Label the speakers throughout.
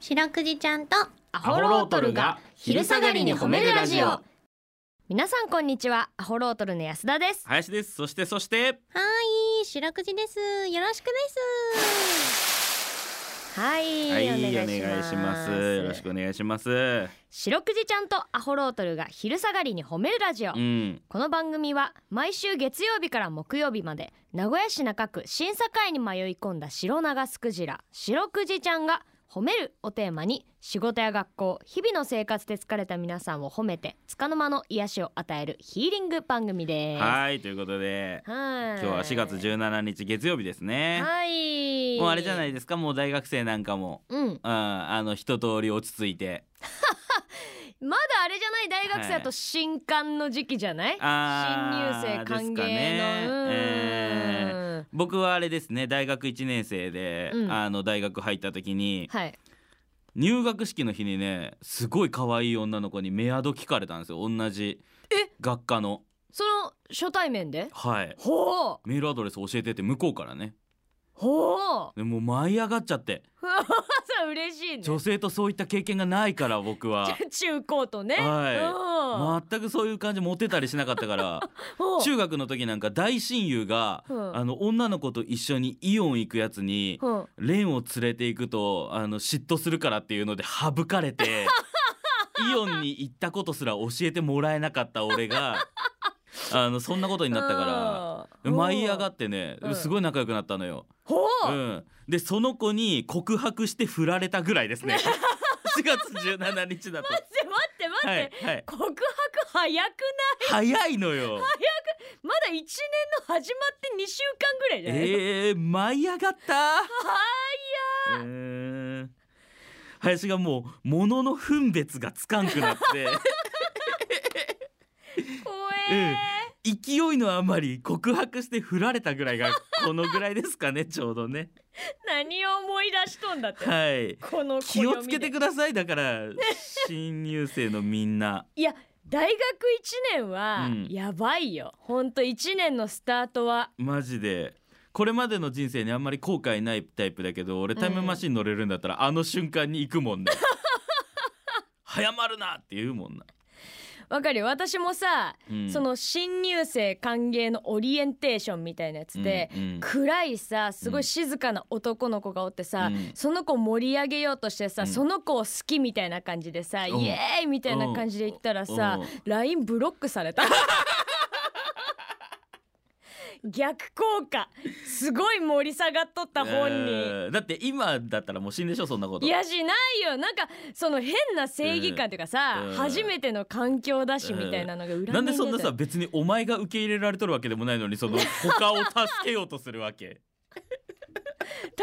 Speaker 1: 白くじちゃんと
Speaker 2: ア
Speaker 3: ホロートルが昼下がりに褒めるラジオ
Speaker 2: 皆さんこんにちはアホロートルの安田です
Speaker 3: 林ですそしてそして
Speaker 1: はい白くじですよろしくです
Speaker 2: はい、
Speaker 3: はいお
Speaker 2: お願
Speaker 3: 願
Speaker 2: いし
Speaker 3: い
Speaker 2: ます
Speaker 3: しますよろしくお願いします
Speaker 2: 白くじちゃんとアホロートルが昼下がりに褒めるラジオ、
Speaker 3: うん
Speaker 2: この番組は毎週月曜日から木曜日まで名古屋市中区審査会に迷い込んだ白長スクジラ白くじちゃんが褒めるをテーマに仕事や学校日々の生活で疲れた皆さんを褒めて束の間の癒しを与えるヒーリング番組です
Speaker 3: はいということで
Speaker 2: はい
Speaker 3: 今日は4月17日月曜日ですね
Speaker 2: はい
Speaker 3: もうあれじゃないいですかもう大学生なんかも
Speaker 2: うん
Speaker 3: うんあの一通り落ち着いて
Speaker 2: まだあれじゃない大学生だ
Speaker 3: は
Speaker 2: と
Speaker 3: い
Speaker 2: 新刊の時期じゃない、
Speaker 3: あー
Speaker 2: 新入生歓迎の、
Speaker 3: ですかね
Speaker 2: うん
Speaker 3: え僕はあれですね大学1年生で、
Speaker 2: うん
Speaker 3: あの大学入った時に
Speaker 2: はい
Speaker 3: 入学式の日にねすごい可愛い女の子にメアド聞かれたんですよ同じ学科の
Speaker 2: その初対面で
Speaker 3: はい
Speaker 2: ほう
Speaker 3: メールアドレス教えてって向こうからね
Speaker 2: ほう
Speaker 3: でもう舞い上がっちゃって
Speaker 2: それ嬉しいね
Speaker 3: 女性とそういった経験がないから 僕は
Speaker 2: 中高とね
Speaker 3: は全くそういう感じモテたりしなかったから
Speaker 2: うん
Speaker 3: 中学の時なんか大親友が、
Speaker 2: うん
Speaker 3: あの女の子と一緒にイオン行くやつに、
Speaker 2: うん
Speaker 3: レンを連れて行くとあの嫉妬するからっていうので省か れてイオンに行ったことすら教えてもらえなかった俺が あのそんなことになったか
Speaker 2: う
Speaker 3: ら
Speaker 2: ん
Speaker 3: 舞い上がってね
Speaker 2: うん
Speaker 3: すごい仲良くなったのよ。
Speaker 2: ほう
Speaker 3: う、
Speaker 2: ん
Speaker 3: でその子に告白して振られたぐらいで すね。4月17日だと。
Speaker 2: 待って待って、
Speaker 3: はいはい、
Speaker 2: 告白早くない
Speaker 3: 早いのよ。
Speaker 2: まだ一年の始まって二週間ぐらいじゃない、
Speaker 3: えー、舞い上がった。
Speaker 2: は
Speaker 3: うーん林がもう物の分別がつかんくなって
Speaker 2: い怖え
Speaker 3: 勢いのあまり告白して振られたぐらいがこのぐらいですかねちょうどね
Speaker 2: 何を思い出しとんだって
Speaker 3: はい
Speaker 2: この
Speaker 3: 気をつけて
Speaker 2: く
Speaker 3: くださいだから新入生のみんな
Speaker 2: いや大学一年は
Speaker 3: うん
Speaker 2: やばいよ、ほんと一年のスタートは
Speaker 3: マジでこれまでの人生にあんまり後悔ないタイプだけど俺タイムマシン乗れるんだったら、あの瞬間に行くもんね早まるなって言うもんな、
Speaker 2: わかるよ私もさ
Speaker 3: うん
Speaker 2: その新入生歓迎のオリエンテーションみたいなやつで、
Speaker 3: うんうん
Speaker 2: 暗いさすごい静かな男の子がおってさ、
Speaker 3: うん
Speaker 2: その子を盛り上げようとしてさ、
Speaker 3: うん
Speaker 2: その子を好きみたいな感じでさ、
Speaker 3: うん
Speaker 2: イエーイみたいな感じで言ったらさ、
Speaker 3: うん
Speaker 2: LINE ブロックされた。 逆効果すごい盛り下がっとった本人。
Speaker 3: えーだって今だったらもう死んでしょそんなこと
Speaker 2: いやしないよなんかその変な正義感というかさ、
Speaker 3: うん
Speaker 2: 初めての環境だしみたいなのが裏目に出て
Speaker 3: なんでそんなさ別にお前が受け入れられとるわけでもないのにその他を助けようとするわけ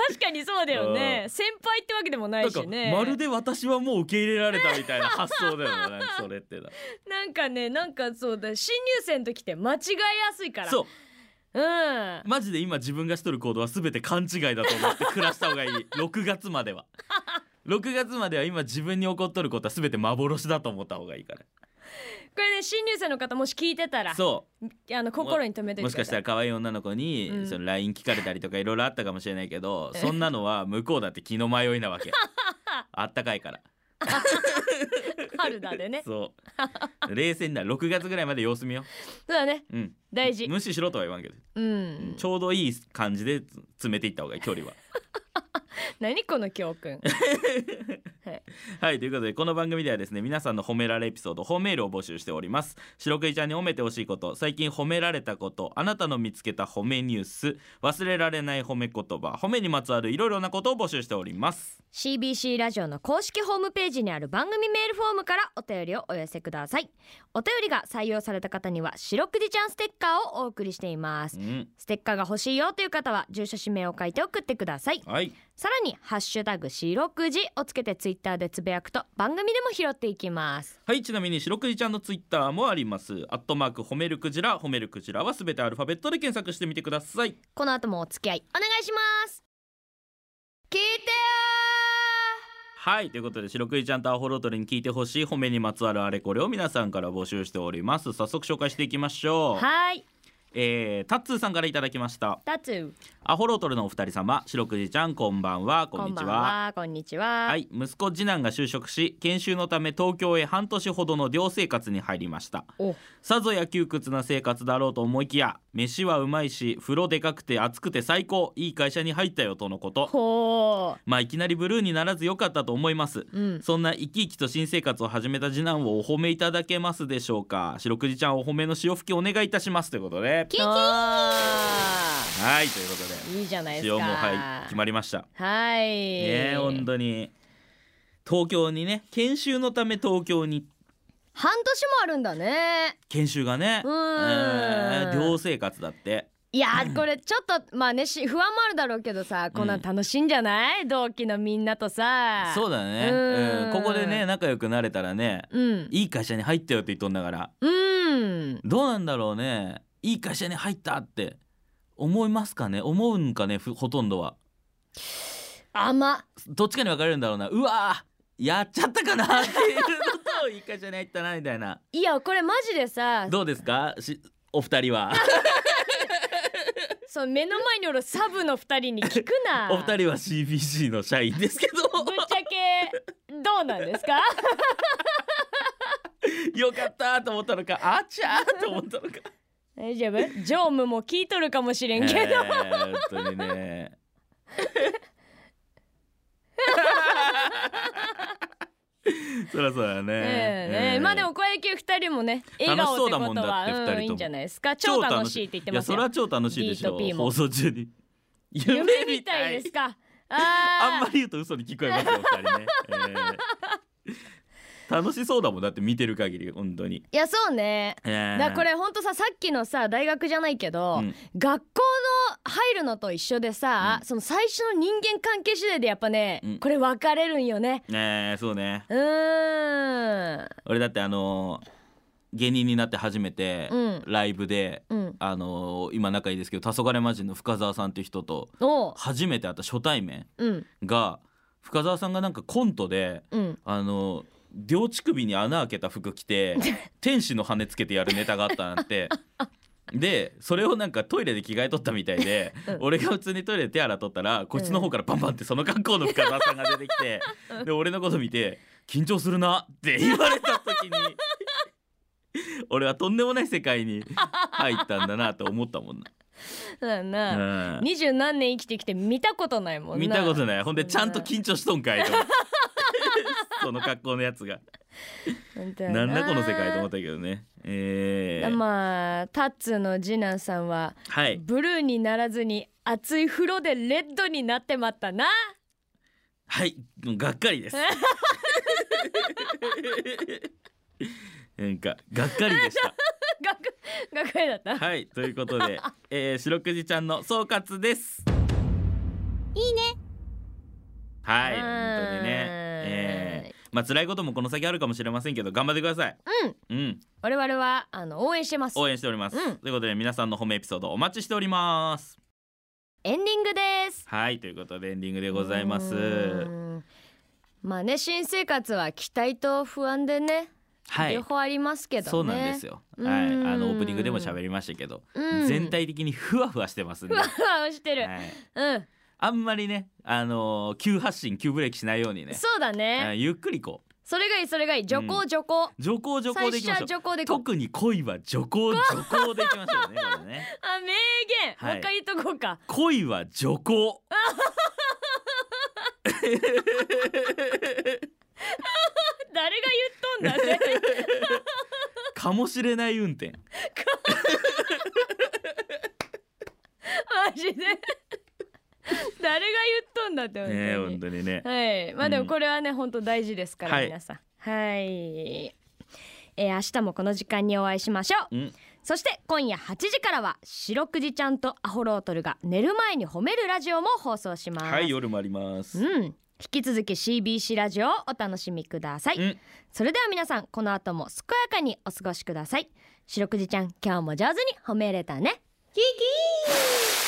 Speaker 2: 確かにそうだよね
Speaker 3: う
Speaker 2: 先輩ってわけで もな
Speaker 3: ないんか
Speaker 2: しね
Speaker 3: まるで私はもう受け入れられたみたいな発想だよねなんかそれってな
Speaker 2: なんかねなんかそうだ新入生の時って間違えやすいから
Speaker 3: そう
Speaker 2: うんあ
Speaker 3: マジで今自分がしとる行動は全て勘違いだと思って暮らした方がいい 6月までは6月までは今自分に起こっとることは全て幻だと思った方がいいか
Speaker 2: これね新入生の方もし聞いてたら
Speaker 3: らそ
Speaker 2: あの心に留め
Speaker 3: う
Speaker 2: て
Speaker 3: もしかしたら可愛い女の子に、
Speaker 2: うん
Speaker 3: その LINE 聞かれたりとかいろいろあったかもしれないけど
Speaker 2: え
Speaker 3: そんなのは向こうだって気の迷いなわ けあったかいから
Speaker 2: 春だでねそ
Speaker 3: そう冷静になる6月ぐらいまで様子見よ
Speaker 2: うだね
Speaker 3: う、うん、
Speaker 2: 大事
Speaker 3: 無視しろとは言わんけど、
Speaker 2: う
Speaker 3: うん
Speaker 2: ん
Speaker 3: ちょうどいい感じでつ詰めていった方がいい距離は
Speaker 2: 何この教 訓はい
Speaker 3: はいということでこの番組ではですね皆さんの褒められエピソード褒めールを募集しております白くじちゃんに褒めてほしいこと最近褒められたことあなたの見つけた褒めニュース忘れられない褒め言葉褒めにまつわるいろいろなことを募集しております
Speaker 2: CBC ラジオの公式ホームページにある番組メールフォームからお便りをお寄せくださいお便りが採用された方には白くじちゃんステッカーをお送りしています
Speaker 3: うん
Speaker 2: ステッカーが欲しいよという方は住所氏名を書いて送ってください
Speaker 3: はい
Speaker 2: さらにハッシュタグ白くじをつけてツイッターでつぶやくと番組でも拾っていきます
Speaker 3: はいちなみに白くじちゃんのツイッターもありますアットマーク褒めるクジラ褒めるクジラはすべてアルファベットで検索してみてください
Speaker 2: この後もお付き合いお願いします聞いてよ
Speaker 3: はいということで白クイちゃんとアホロートルに聞いてほしい褒めにまつわるあれこれを皆さんから募集しております早速紹介していきましょう
Speaker 2: ーはい
Speaker 3: えータッツーさんからいただきました
Speaker 2: タツ
Speaker 3: アホロトルのお二人様白くじちゃんこんばんはこんにちは
Speaker 2: こんにちは
Speaker 3: はい息子次男が就職し研修のため東京へ半年ほどの寮生活に入りました
Speaker 2: お
Speaker 3: さぞや窮屈な生活だろうと思いきや飯はうまいし風呂でかくて暑くて最高いい会社に入ったよとのこと
Speaker 2: ほ
Speaker 3: まあいきなりブルーにならずよかったと思います
Speaker 2: ううん
Speaker 3: そんな生き生きと新生活を始めた次男をお褒めいただけますでしょうか白くじちゃんお褒めの潮吹きお願いいたしますということで
Speaker 1: キンキン
Speaker 2: あ
Speaker 3: はいということで
Speaker 2: ーいいじゃないですか
Speaker 3: 潮もはい決まりました
Speaker 2: はい
Speaker 3: ねえ本当に東京にね研修のため東京に
Speaker 2: 半年もあるんだね
Speaker 3: 研修がね
Speaker 2: うーん
Speaker 3: えー寮生活だって
Speaker 2: いやーこれちょっとまあねし不安もあるだろうけどさこんなん楽しいんじゃない、同期のみんなとさ
Speaker 3: そう
Speaker 2: う
Speaker 3: だね
Speaker 2: うん
Speaker 3: うんここでね仲良くなれたらね
Speaker 2: うん
Speaker 3: いい会社に入ったよって言っとんだから
Speaker 2: うん
Speaker 3: どうなんだろうねいい会社に入ったって思いますかね思うんかねふほとんどは
Speaker 2: 甘
Speaker 3: どっちかに分かれるんだろうなうわーやっちゃったかなっていうのと いい会社に入ったなみたいない
Speaker 2: やこれマジでさ
Speaker 3: どうですかしお二人は
Speaker 2: その目の前におるサブの二人に聞くな
Speaker 3: お二人は CBC の社員ですけ
Speaker 2: ぶっ
Speaker 3: ど
Speaker 2: ちゃけどうなんですか
Speaker 3: よかったと思ったのかあちゃーと思ったの か
Speaker 2: 大丈夫常務も聞いとるかもしれんけど、
Speaker 3: えー本当にね そらそうだね、
Speaker 2: ええねえまあでもこれだけ二人もね笑顔ってことは
Speaker 3: 楽しそうだもんだって
Speaker 2: うん
Speaker 3: 二人とも
Speaker 2: いいんじゃないですか超楽しいって言ってます
Speaker 3: いや
Speaker 2: よ
Speaker 3: それは超楽しいでし
Speaker 2: D と
Speaker 3: ょ
Speaker 2: P も
Speaker 3: 放送中に
Speaker 2: 夢みたいですか
Speaker 3: あん
Speaker 2: あ
Speaker 3: まり言うと嘘に聞こえますよお二人ね、えー楽しそうだもんだって見てる限り本当に、
Speaker 2: ーいやそうね
Speaker 3: えー
Speaker 2: だからこれほんとささっきのさ大学じゃないけど、
Speaker 3: うん
Speaker 2: 学校の入るのと一緒でさ、その最初の人間関係次第でやっぱね、
Speaker 3: うん
Speaker 2: これ分かれるんよね
Speaker 3: えーそうね
Speaker 2: うーん
Speaker 3: 俺だってあのー芸人になって初めて
Speaker 2: うん
Speaker 3: ライブで、
Speaker 2: うん
Speaker 3: あのー今仲いいですけど黄昏魔人の深澤さんっていう人と
Speaker 2: おう
Speaker 3: 初めて会った初対面
Speaker 2: うん
Speaker 3: が深澤さんがなんかコントで
Speaker 2: うん
Speaker 3: あの両乳首に穴開けた服着 て天使の羽つけてやるネタがあったなんてでそれをなんかトイレで着替えとったみたいで、
Speaker 2: うん
Speaker 3: 俺が普通にトイレで手洗っとったらこっちの方からバンバンってその格好の深澤さんが出てきて、で俺のこと見て「緊張するな」って言われた時に 俺はとんでもない世界に入ったんだなと思ったもん
Speaker 2: そうだな、
Speaker 3: な。うん
Speaker 2: 二十何年生きてきて見たことないもんな
Speaker 3: 見たことないほんで
Speaker 2: そう
Speaker 3: ちゃんと緊張しとん かいと思ってその格好のやつが。
Speaker 2: 本当や
Speaker 3: なんだこの世界と思ったけどね。えー
Speaker 2: まあタッツーの次男さんは
Speaker 3: はい。
Speaker 2: ブルーにならずに熱い風呂でレッドになってまったな
Speaker 3: はい。もうがっかり です。なんか、がっかりでし
Speaker 2: 学学園だった、
Speaker 3: た。はい。ということで、えー、白くじちゃんの総括です。
Speaker 1: いいね
Speaker 3: はい。
Speaker 2: う
Speaker 3: 本
Speaker 2: ーん
Speaker 3: 当にね。えー、まあ、辛いこともこの先あるかもしれませんけど、頑張ってください。うん。うん。
Speaker 2: 我々はあの応援してます
Speaker 3: 応援しております。
Speaker 2: うん
Speaker 3: ということで、皆さんの褒めエピソードお待ちしております。
Speaker 2: エンディングです
Speaker 3: はい。ということで、エンディングでございま
Speaker 2: う
Speaker 3: す。
Speaker 2: ーんまあね新生活は期待と不安でね、
Speaker 3: はい
Speaker 2: 両。方ありますけどね
Speaker 3: そうなんですよ。
Speaker 2: うん
Speaker 3: はい、あのオープニングでも喋りましたけど、
Speaker 2: うん
Speaker 3: 全体的にふわふわしてますん
Speaker 2: ふ
Speaker 3: で。
Speaker 2: わ
Speaker 3: はい、
Speaker 2: ふわしてる、うん
Speaker 3: あんまりね、あのー急発進、急ブレーキしないようにね。
Speaker 2: そうだね、
Speaker 3: はいゆっくりこう、
Speaker 2: それがいいそれがいい徐行徐行、
Speaker 3: 徐行徐行
Speaker 2: 最
Speaker 3: でいき
Speaker 2: 初
Speaker 3: まし
Speaker 2: は
Speaker 3: ょ
Speaker 2: 徐
Speaker 3: う。
Speaker 2: 行でこう
Speaker 3: 特に恋は徐行徐行でいきましょうね。これね
Speaker 2: あ名言、
Speaker 3: はい
Speaker 2: もう一回言っとこうか
Speaker 3: 恋は徐行。
Speaker 2: 誰が言っとんだね
Speaker 3: かもしれない運転。
Speaker 2: マジで誰が言っとんだって本当に、
Speaker 3: ね、本当にね。
Speaker 2: はいまあで
Speaker 3: う
Speaker 2: も
Speaker 3: ん
Speaker 2: これはね、本当大事ですから、
Speaker 3: はい
Speaker 2: 皆さんはいえー明日もこの時間にお会いしましょう
Speaker 3: うん、
Speaker 2: そして今夜8時からは白くじちゃんとアホロートルが寝る前に褒めるラジオも放送します、
Speaker 3: はい、夜もありま
Speaker 2: う
Speaker 3: す。
Speaker 2: ん引き続き CBC ラジオをお楽しみください、
Speaker 3: うん
Speaker 2: それでは皆さんこの後も健やかにお過ごしください白くじちゃん今日も上手に褒めれたね
Speaker 1: キンキン